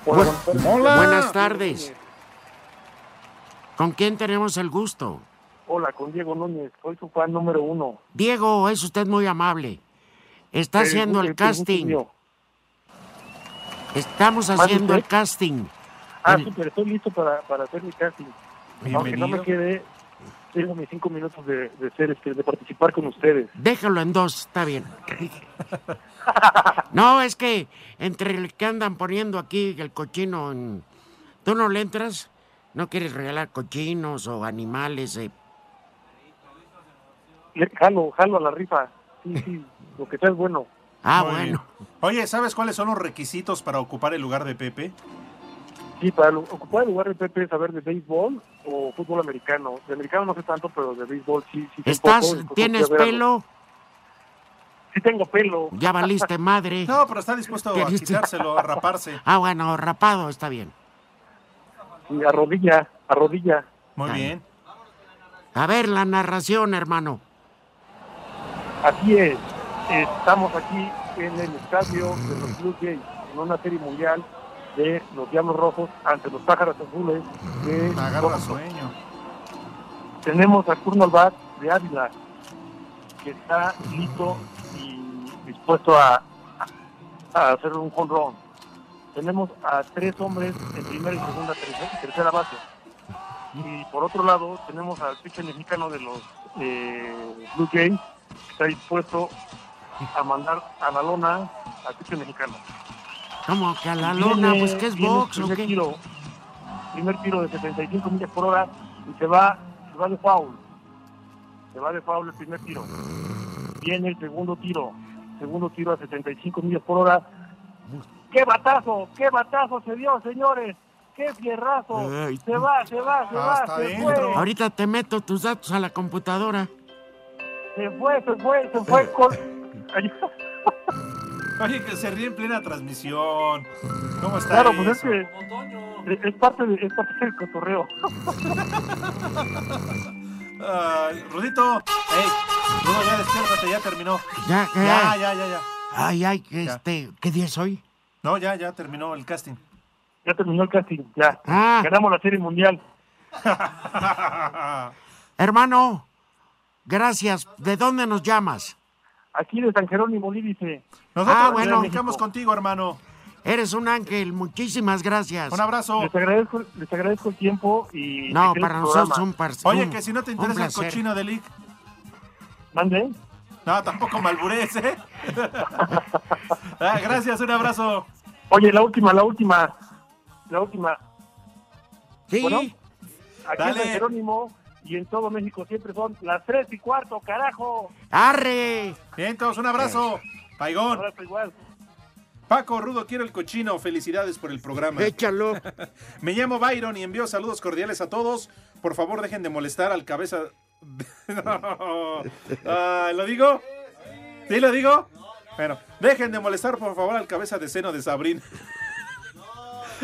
Pues, Hola. Hola. Buenas tardes. ¿Con quién tenemos el gusto? Hola, con Diego Núñez. Soy su fan número uno. Diego, es usted muy amable. Está Eh, haciendo un- el este es un casting. señor. Estamos ¿Mande haciendo el usted? casting. Ah, El- sí, pero estoy listo para, para hacer mi casting. Aunque no me quede, tengo mis cinco minutos de, de ser, este, de participar con ustedes. Déjalo en dos, está [LAUGHS] bien. No, es que entre el que andan poniendo aquí el cochino, en- ¿tú no le entras? ¿No quieres regalar cochinos o animales? eh? Le- jalo, jalo a la rifa. Sí, [LAUGHS] sí, lo que sea es bueno. Ah, Muy bueno. bien. Oye, ¿sabes cuáles son los requisitos para ocupar el lugar de Pepe? Sí, para lo- ocupar el lugar de Pepe es saber de béisbol o fútbol americano. De americano no sé tanto, pero de béisbol sí, sí. sé ¿Estás, poco, entonces tienes voy a ver algo. pelo? Sí tengo pelo. Ya [LAUGHS] valiste madre. [LAUGHS] No, pero está dispuesto a ¿Qué? quitárselo, a raparse. [LAUGHS] Ah, bueno, rapado, está bien. Y a rodilla, a rodilla. Muy bien. A ver la narración, hermano. Así es, Este, estamos aquí en el estadio de los Blue Jays, en una serie mundial de los Diablos Rojos ante los Pájaros Azules de Agarra Toronto. sueño. Tenemos a Curno Albat de Ávila, que está listo y dispuesto a, a hacer un home run. Tenemos a tres hombres en primera y segunda, tercera, tercera base. Y por otro lado, tenemos al pitcher mexicano de los eh, Blue Jays, que está dispuesto a mandar a la lona al pitcher mexicano. ¿Cómo que a la lona? Viene- Pues que es viene box, ¿o primer qué? tiro, primer tiro de 75 millas por hora y se va, se va de foul. Se va de foul el primer tiro. Viene el segundo tiro. Segundo tiro a 75 millas por hora. ¡Qué batazo! ¡Qué batazo se dio, señores! ¡Qué fierrazo! Ay. Se va, se va, se va, se fue. Ahorita te meto tus datos a la computadora. Se fue, se fue, se fue. [LAUGHS] Col- Ay, [LAUGHS] Oye, que se ríe en plena transmisión. ¿Cómo está claro, pues es eso? que es- es parte, de- es parte del cotorreo. [LAUGHS] [LAUGHS] Ay, Rudito. Ey, Rudo, ya despiértate, ya terminó. Ya, Ya, ya. ya, ya, ya. Ay, ay, que Ya. este, ¿qué día es hoy? No, ya, ya terminó el casting. Ya terminó el casting, ya. Ah. Ganamos la serie mundial. [LAUGHS] Hermano, gracias. ¿De dónde nos llamas? Aquí de San Jerónimo, dice. Nosotros Ah, nos bueno. comunicamos contigo, hermano. Eres un ángel, muchísimas gracias. Un abrazo. Les agradezco, les agradezco el tiempo y... No, que para el nosotros programa. un parcel. Oye, que si no te interesa el cochino de Lick. ¿Mande? No, tampoco malburece. [LAUGHS] ¿eh? Ah, gracias, un abrazo. Oye, la última, la última. La última. Sí, Bueno, aquí en Dale. San Jerónimo y en todo México siempre son las tres y cuarto, carajo. arre. Bien, todos, un abrazo. Paigón. Ahora está igual. Paco Rudo, quiero el cochino. Felicidades por el programa. Échalo. [LAUGHS] Me llamo Byron y envío saludos cordiales a todos. Por favor, dejen de molestar al cabeza. [LAUGHS] No. Ah, ¿Lo digo? ¿Sí lo digo? Bueno, dejen de molestar, por favor, al cabeza de seno de Sabrina.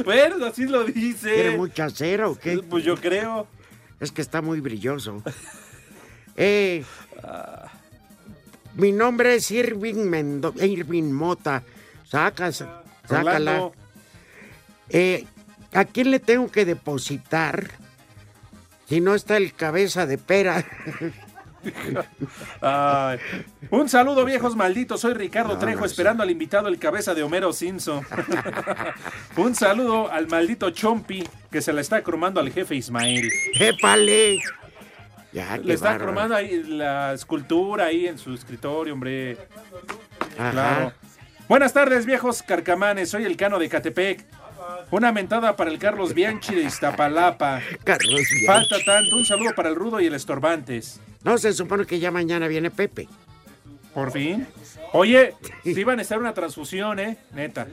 Bueno, así lo ¿Quiere dice. mucha cera o qué? Pues yo creo. Es que está muy brilloso. Eh, mi nombre es Irving, Mendo Irving Mota. Sacas, sácala. Rolando. Eh, ¿A quién le tengo que depositar? Si no está el cabeza [LAUGHS] de pera. [LAUGHS] Ay. Un saludo, viejos malditos. Soy Ricardo Trejo, esperando al invitado el cabeza de Homero Simpson. Un saludo al maldito Chompi, que se la está cromando al jefe Ismael. ¡Épale! Ya, Ah, qué Le está bárbaro. cromando ahí la escultura ahí en su escritorio, hombre. Ajá. Claro. Buenas tardes, viejos carcamanes. Soy el Cano de Catepec. Una mentada para el Carlos Bianchi de Iztapalapa. [LAUGHS] Carlos Bianchi. Falta tanto. Un saludo para el Rudo y el Estorbantes. No, se supone que ya mañana viene Pepe. Por fin. Oye, si van a estar una transfusión, ¿eh? Neta.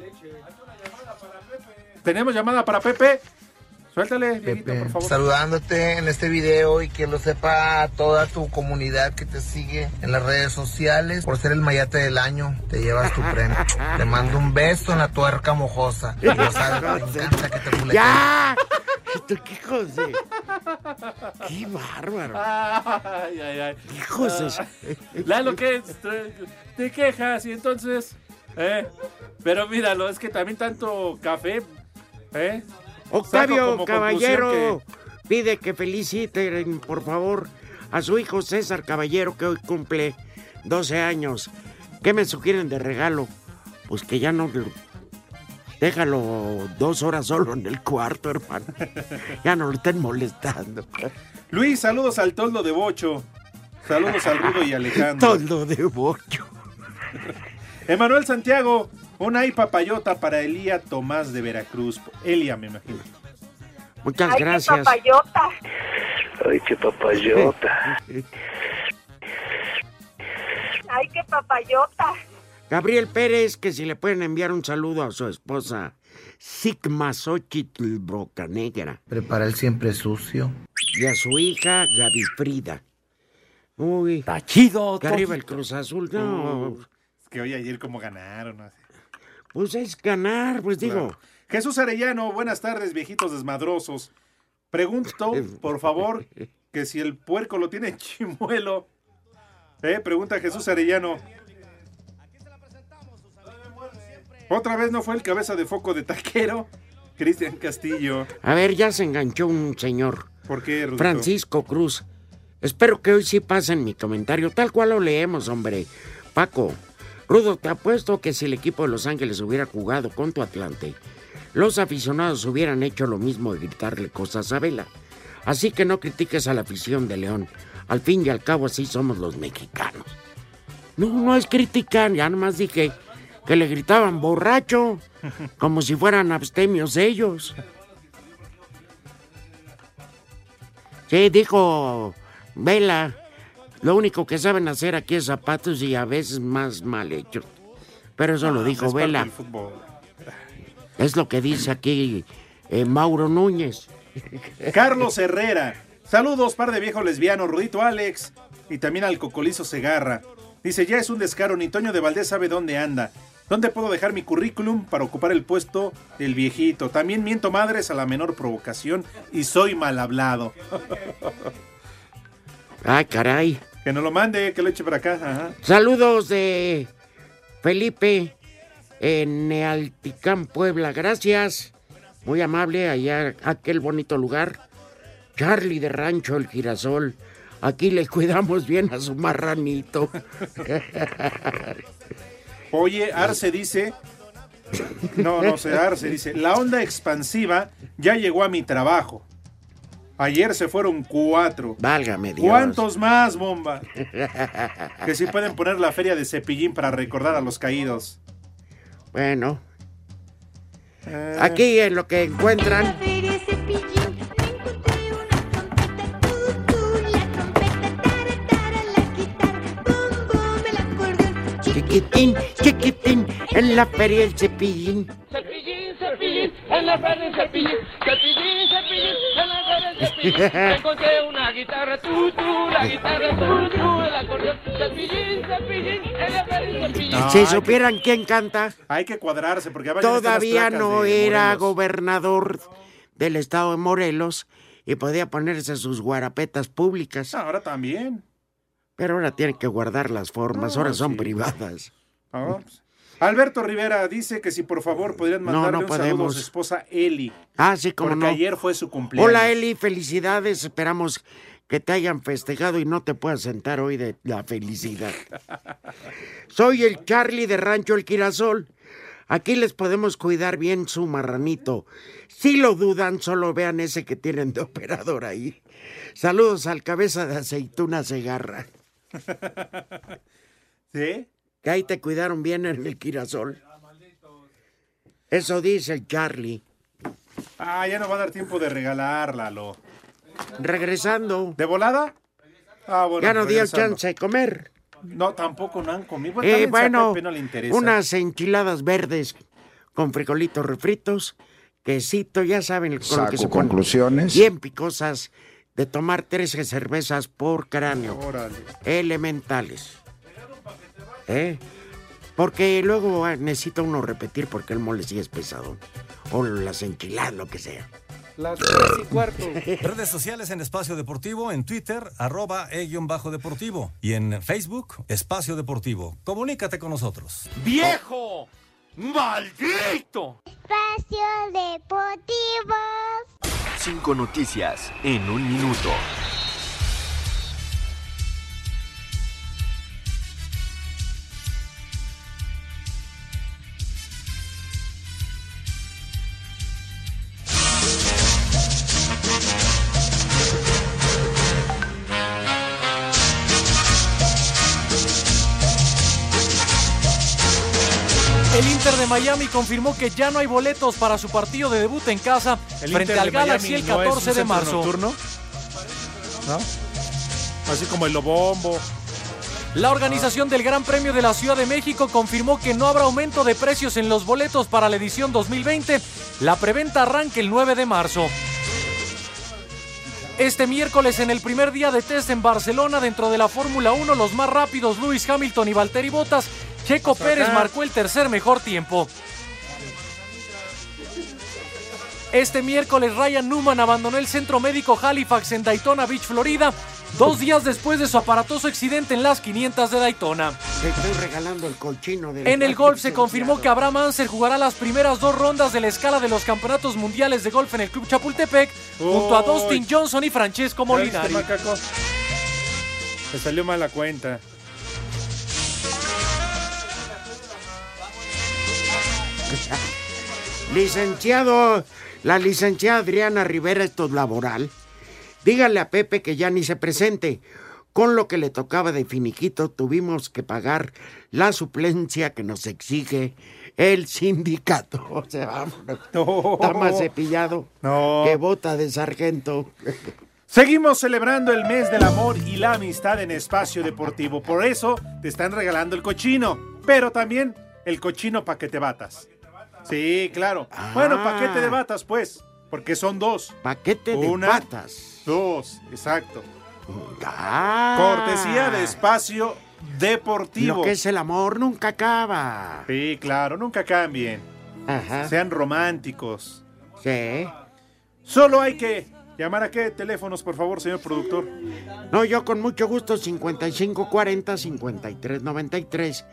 Tenemos llamada para Pepe. Suéltale, Dieguito, eh, Pepe, por favor. Saludándote en este video y que lo sepa toda tu comunidad que te sigue en las redes sociales. Por ser el mayate del año, te llevas tu premio. Te mando un beso en la tuerca mojosa. Y lo sabes, me encanta que te culeteen. ¡Ya! ¿Tú qué hijos de- ¡Qué bárbaro! Ay, ay, ay. Hijos Ah, Lalo, ¿qué? es? Te- Te quejas y entonces... ¿eh? Pero míralo, es que también tanto café... ¿eh? Saco Octavio como Caballero conclusión pide que feliciten, por favor, a su hijo César Caballero, que hoy cumple 12 años. ¿Qué me sugieren de regalo? Pues que ya no... lo- Déjalo dos horas solo en el cuarto, hermano. Ya no lo estén molestando. que- Luis, saludos al toldo de Bocho. Saludos al Rudo y Alejandro. Toldo de Bocho. Emanuel Santiago, una y papayota para Elía Tomás de Veracruz. Elia, me imagino. Muchas Ay, qué papayota. Ay, qué papayota. Ay, qué papayota. Gabriel Pérez, que si le pueden enviar un saludo a su esposa, Sigma Xochitl Bocanegra, Prepara el siempre sucio. y a su hija, Gaby Frida. Uy. Está chido, Que arriba el Cruz Azul. No, Es que hoy ayer como ganaron. así. pues es ganar, pues digo. Claro. Jesús Arellano, buenas tardes, viejitos desmadrosos. [LAUGHS] Pregunto, por favor, que si el puerco lo tiene [LAUGHS] en chimuelo. Eh, pregunta Jesús Arellano. Otra vez no fue el cabeza de foco de taquero, Cristian Castillo. A ver, ya se enganchó un señor. ¿Por qué, Rudito? Francisco Cruz. Espero que hoy sí pasen mi comentario, tal cual lo leemos, hombre. Paco, Rudo, te apuesto que si el equipo de Los Ángeles hubiera jugado con tu Atlante, los aficionados hubieran hecho lo mismo de gritarle cosas a Vela. Así que no critiques a la afición de León. Al fin y al cabo, así somos los mexicanos. No, no es criticar, ya nomás dije que le gritaban borracho, como si fueran abstemios ellos. Sí, dijo Vela. Lo único que saben hacer aquí es zapatos y a veces más mal hechos. Pero eso lo dijo Ah, Es parte Vela. del fútbol. Es lo que dice aquí eh, Mauro Núñez. [LAUGHS] Carlos Herrera. Saludos, par de viejo lesbiano, Rudito Alex. Y también al Cocolizo Segarra. Dice, ya es un descaro, ni Toño de Valdés sabe dónde anda. ¿Dónde puedo dejar mi currículum para ocupar el puesto del viejito? También miento madres a la menor provocación y soy mal hablado. Ay, caray. que nos lo mande, que lo eche para acá. ajá. Saludos de Felipe en Nealticán, Puebla. Gracias. Muy amable allá, aquel bonito lugar. Charlie de Rancho El Girasol. Aquí le [LAUGHS] cuidamos bien a su marranito. [LAUGHS] Oye, Arce dice. No, no sé, Arce dice. La onda expansiva ya llegó a mi trabajo. Ayer se fueron cuatro. Válgame Dios. ¿Cuántos más, [LAUGHS] bomba? Que si pueden poner la feria de cepillín para recordar a los caídos. Bueno. Aquí es lo que encuentran. Chiquitín, chiquitín, en la feria el cepillín. Cepillín, cepillín, en la pared cepillín, cepillín, cepillín, en la pared [LAUGHS] cepillín. Me encontré una guitarra, tú, tú, la guitarra, tú, tú, el acordeón. Cepillín, cepillín, en la pared cepillín. Si supieran quién canta, Hay que cuadrarse porque ya van a estar las todavía placas no de era Morelos. gobernador del estado de Morelos y podía ponerse sus guarapetas públicas. Ah, Ahora también. Pero ahora tienen que guardar las formas, Ah, ahora son sí. privadas. Ah, pues. Alberto Rivera dice que si por favor podrían No, mandarle no un saludo a podemos. su esposa Eli. Ah, sí, como Porque no. ayer fue su cumpleaños. Hola Eli, felicidades. Esperamos que te hayan festejado y no te puedas sentar hoy de [LAUGHS] la felicidad. Soy el Charlie de Rancho El Girasol. Aquí les podemos cuidar bien su marranito. Si lo dudan, solo vean ese que tienen de operador ahí. Saludos al cabeza de aceituna Segarra. [LAUGHS] ¿Sí? Que ahí te cuidaron bien en el girasol. Eso dice el Charlie. Ah, ya no va a dar tiempo de regalarla, lo. Regresando. ¿De volada? Ah, bueno. ya no dio regresando. chance de comer. No, tampoco no han comido. Bueno, también si a Eh, Pues, bueno, Pepe no le interesa. unas enchiladas verdes con frijolitos refritos quesito, ya saben con lo Saco que se pone. conclusiones. Bien picosas de tomar 13 cervezas por cráneo. Elementales. ¿Eh? Porque luego ah, necesita uno repetir porque el mole sí es pesado. O las enchiladas, lo que sea. Las [LAUGHS] Redes sociales en Espacio Deportivo, en Twitter, arroba E e-deportivo. Y en Facebook, Espacio Deportivo. Comunícate con nosotros. ¡Viejo! ¡Maldito! Espacio Deportivo. Cinco noticias en un minuto. El Inter de Miami confirmó que ya no hay boletos para su partido de debut en casa El frente Inter al de Galaxy Miami el no es un 14 de centro marzo. nocturno, ¿no? Así como el Lobombo. La organización del Gran Premio de la Ciudad de México confirmó que no habrá aumento de precios en los boletos para la edición 2020. La preventa arranca el 9 de marzo. Este miércoles, en el primer día de test en Barcelona, dentro de la Fórmula 1, los más rápidos Lewis Hamilton y Valtteri Bottas, Checo Pérez marcó el tercer mejor tiempo. Este miércoles Ryan Newman abandonó el centro médico Halifax en Daytona Beach, Florida, dos días después de su aparatoso accidente en las 500 de Daytona. Te estoy regalando el colchino del. En el golf se confirmó que Abraham Anser jugará las primeras dos rondas de la escala de los campeonatos mundiales de golf en el Club Chapultepec junto a Uy. Dustin Johnson y Francesco Molinari. Ya viste, macaco. Te salió mal la cuenta. [LAUGHS] Licenciado, la licenciada Adriana Rivera, esto es laboral. Dígale a Pepe que ya ni se presente. Con lo que le tocaba de finiquito, tuvimos que pagar la suplencia que nos exige el sindicato. [LAUGHS] O sea, vámonos. Está más cepillado que bota de sargento. [LAUGHS] Seguimos celebrando el mes del amor y la amistad en espacio deportivo. Por eso te están regalando el cochino, pero también el cochino para que te batas. Sí, claro. Bueno, paquete Ah. de batas, pues, porque son dos. Paquete de Una, patas. Dos, exacto. Cortesía de espacio deportivo. Ah. Lo que es el amor nunca acaba. Sí, claro, nunca cambien. Sean románticos. Sí. Solo hay que llamar a qué teléfonos, por favor, señor productor. No, yo con mucho gusto 5540 5393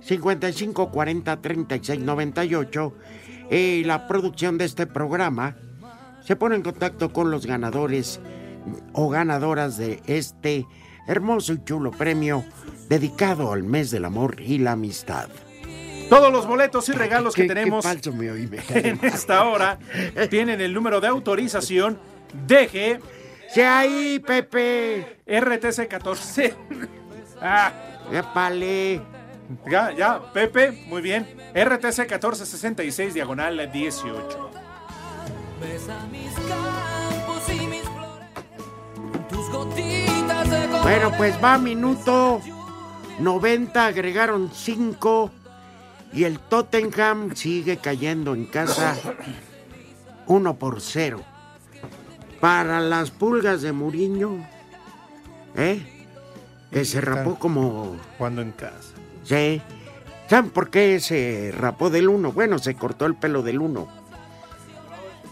5540 3698 eh, la producción de este programa se pone en contacto con los ganadores o ganadoras de este hermoso y chulo premio dedicado al mes del amor y la amistad. Todos los boletos y regalos que Qué- qué tenemos falso me oí, me- [LAUGHS] en esta hora tienen el número de autorización DG. ¡Se ahí, Pepe! RTC 14. [LAUGHS] ah. ¡Épale! Ya, ya, Pepe, muy bien. RTC 1466, diagonal 18. Bueno, pues va minuto 90, agregaron 5 y el Tottenham sigue cayendo en casa 1 por 0. Para las pulgas de Muriño, ¿eh? Que se rapó como... Cuando en casa. Sí. ¿Saben por qué se rapó del 1? Bueno, se cortó el pelo del 1.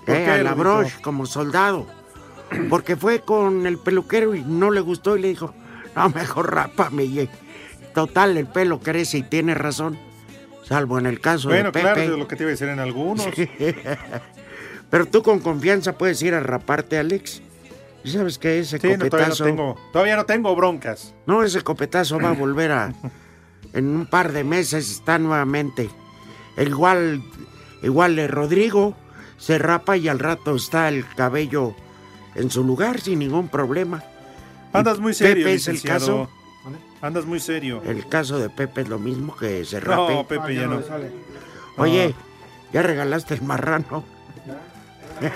¿Por Eh, qué, a la Rudito? broche, como soldado. Porque fue con el peluquero y no le gustó y le dijo, no, mejor rápame. ye". Total, el pelo crece y tiene razón. Salvo en el caso Bueno, de Pepe. claro, de lo que te iba a decir en algunos. [LAUGHS] Pero tú con confianza puedes ir a raparte, Alex. ¿Y ¿Sabes qué? Ese Sí, no, todavía, no copetazo... tengo, todavía no tengo broncas. No, ese copetazo va a [LAUGHS] volver a. En un par de meses está nuevamente. E Igual, igual de Rodrigo se rapa y al rato está el cabello en su lugar sin ningún problema. Andas muy serio, Pepe es el licenciado. caso. Andas muy serio. El caso de Pepe es lo mismo que se rape. No, Pepe Ah, ya no. Oye, ya regalaste [LAUGHS] el marrano.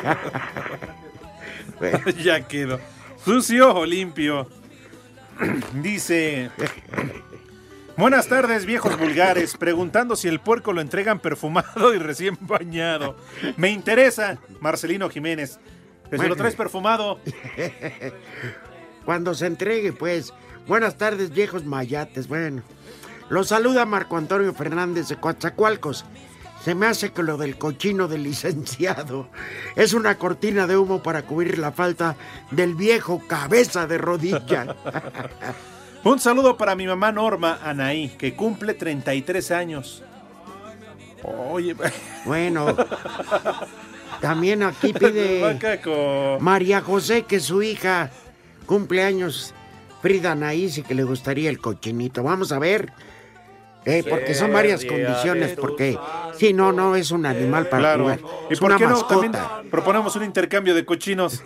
[LAUGHS] ya quedó. Sucio o limpio. Dice. Buenas tardes, viejos vulgares, preguntando si el puerco lo entregan perfumado y recién bañado. Me interesa, Marcelino Jiménez. Que se lo traes perfumado. Cuando se entregue, pues. Buenas tardes, viejos mayates. Bueno, los saluda Marco Antonio Fernández de Coatzacoalcos. Se me hace que lo del cochino del licenciado es una cortina de humo para cubrir la falta del viejo cabeza de [LAUGHS] rodilla. Un saludo para mi mamá Norma Anaí, que cumple 33 años. Oye, [LAUGHS] bueno, también [LAUGHS] aquí pide Macaco. María José que su hija cumple años, Frida Anaís, y que le gustaría el cochinito. Vamos a ver. eh, porque son varias condiciones, porque si no, no es un animal para Claro. jugar. ¿Y es por una qué no mascota. también proponemos un intercambio de cochinos?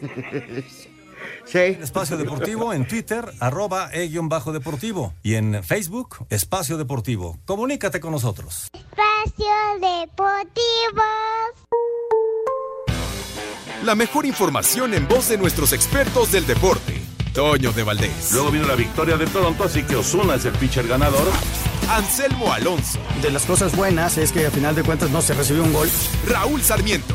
Espacio Deportivo en Twitter, arroba E e-deportivo. Y en Facebook, Espacio Deportivo. Comunícate con nosotros. Espacio Deportivo. La mejor información en voz de nuestros expertos del deporte. Toño de Valdés. Luego vino la victoria de Toronto, así que Osuna es el pitcher ganador. Anselmo Alonso. De las cosas buenas es que a final de cuentas no se recibió un gol. Raúl Sarmiento.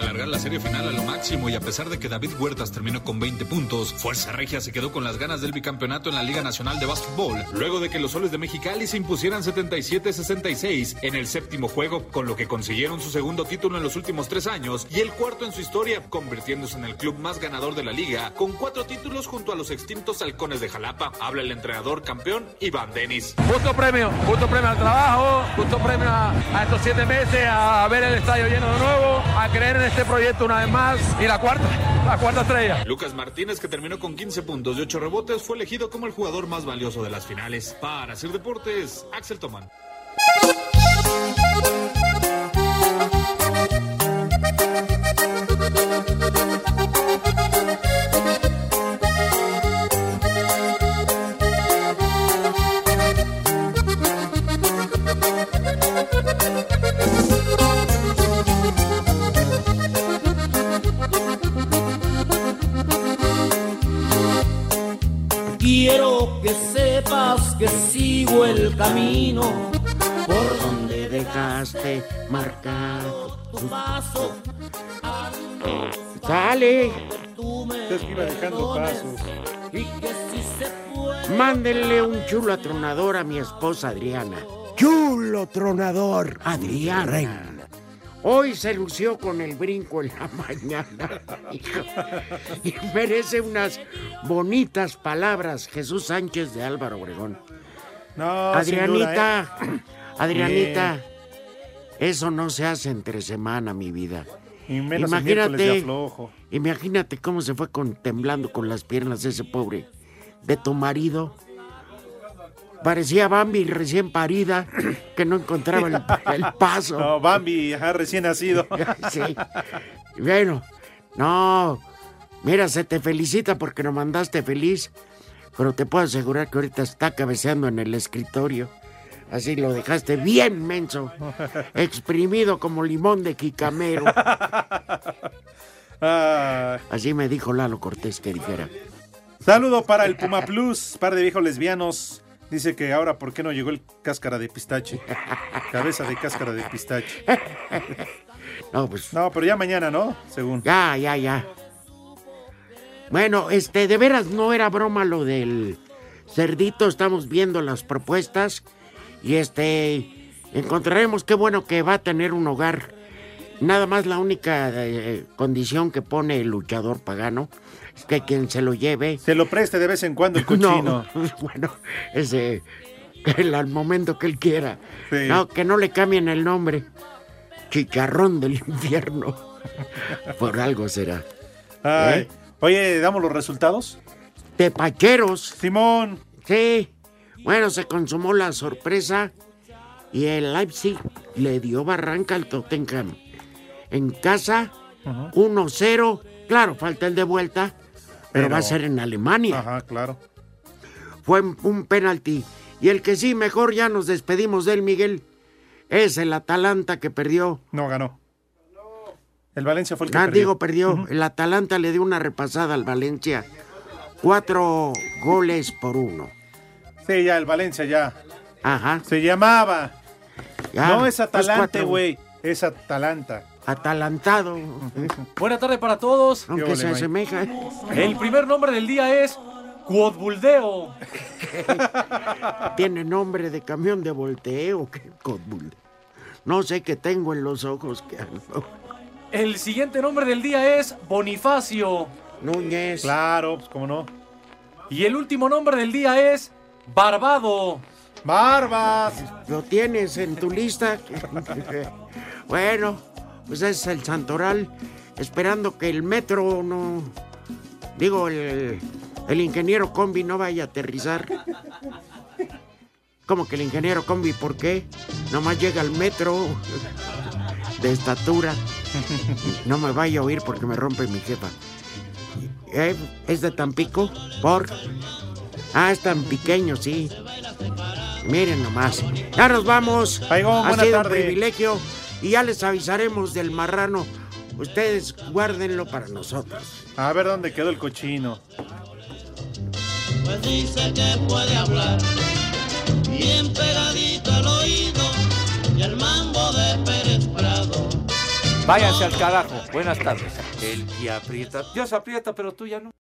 alargar la serie final a lo máximo y a pesar de que David Huertas terminó con 20 puntos, Fuerza Regia se quedó con las ganas del bicampeonato en la Liga Nacional de Básquetbol, luego de que los soles de Mexicali se impusieran 77-66 en el séptimo juego, con lo que consiguieron su segundo título en los últimos tres años y el cuarto en su historia, convirtiéndose en el club más ganador de la liga, con cuatro títulos junto a los extintos halcones de Jalapa. Habla el entrenador campeón Iván Denis. Justo premio, justo premio al trabajo, justo premio a, a estos siete meses, a ver el estadio lleno de nuevo, a creer en este proyecto una vez más y la cuarta, la cuarta estrella. Lucas Martínez, que terminó con 15 puntos y 8 rebotes, fue elegido como el jugador más valioso de las finales. Para hacer deportes, Axel Tomán. Quiero que sepas que sigo el camino por Donde dejaste marcado tu paso. ¡Sale! dejando pasos. Mándenle un chulo atronador a mi esposa Adriana. ¡Chulo tronador! Adriana. Hoy se lució con el brinco en la [LAUGHS] mañana. hijo. y merece unas bonitas palabras Jesús Sánchez de Álvaro Obregón. No, Adrianita, sin Ah, duda, ¿eh? [CLEARS THROAT] Adrianita, eso no se hace entre semana, mi vida. Y menos el miércoles de aflojo. Imagínate cómo se fue contemplando con las piernas ese pobre de tu marido. Parecía Bambi recién parida, [CLEARS THROAT] que no encontraba el, el paso. No, Bambi, ajá, recién nacido. [LAUGHS] Sí. Bueno, no. Mira, se te felicita porque nos mandaste feliz, pero te puedo asegurar que ahorita está cabeceando en el escritorio. Así lo ¿eh? dejaste bien [LAUGHS] menso, exprimido como limón de quicamero. Así me dijo Lalo Cortés que dijera. Saludo para el Puma Plus, par de viejos lesbianos. Dice que ahora, ¿por qué no llegó el cáscara de pistache? Cabeza de cáscara de pistache. ¿Eh? No, pues. No, pero ya mañana, ¿no? Según. Ya, ya, ya. Bueno, este, de veras no era broma lo del cerdito. Estamos viendo las propuestas y este, encontraremos qué bueno que va a tener un hogar. Nada más la única eh, condición que pone el luchador pagano es que quien se lo lleve. Se lo preste de vez en [LAUGHS] cuando el cochino. bueno, ese, el, al momento que él quiera. No, que no le cambien el nombre. Chicharrón del [LAUGHS] infierno. Por algo será. Ay. Oye, ¿damos los resultados? Tepacheros. Simón. Sí. Bueno, se consumó la sorpresa y el Leipzig le dio barranca al Tottenham. En casa, 1-0. Claro, falta el de vuelta, pero, Pero- va a ser en Alemania. Ajá, claro. Fue un- un penalti. Y el que sí, mejor ya nos despedimos del Miguel, es el Atalanta que perdió. No ganó. El Valencia fue el que Ah, perdió. digo, perdió. Ujú. El Atalanta le dio una repasada al Valencia. Cuatro goles por uno. Sí, ya, el Valencia ya. Ajá. Se llamaba. Ya, no es pues, Atalante, cuatro. güey. Es Atalanta. Atalantado. Buena tarde para todos. Aunque Qué ole, se Mike. asemeja. El primer nombre del día es Cuodbuldeo. [LAUGHS] Tiene nombre de camión de volteo. que- Cotbull. No sé qué tengo en los ojos. Que algo. El siguiente nombre del día es Bonifacio. Núñez. Claro, pues cómo no. Y el último nombre del día es Barbado. Barbas. Lo tienes en tu lista. bueno, pues ese es el Santoral. Esperando que el metro no. Digo, el, el ingeniero combi no vaya a aterrizar. ¿Cómo que el ingeniero combi? ¿Por qué? Nomás llega el metro de estatura. No me vaya a oír porque me rompe mi jefa. Eh, ¿Es de Tampico? ¿Por? Ah, es tan pequeño, sí. Miren nomás. Ya nos vamos. ha buena sido tarde. un privilegio y ya les avisaremos del marrano. Ustedes guárdenlo para nosotros. A ver dónde quedó el cochino. Pues dice que puede hablar, bien pegadito al oído, y el mambo de Pérez Prado. Váyanse al carajo. Buenas tardes. El que aprieta. Dios aprieta, pero tú ya no.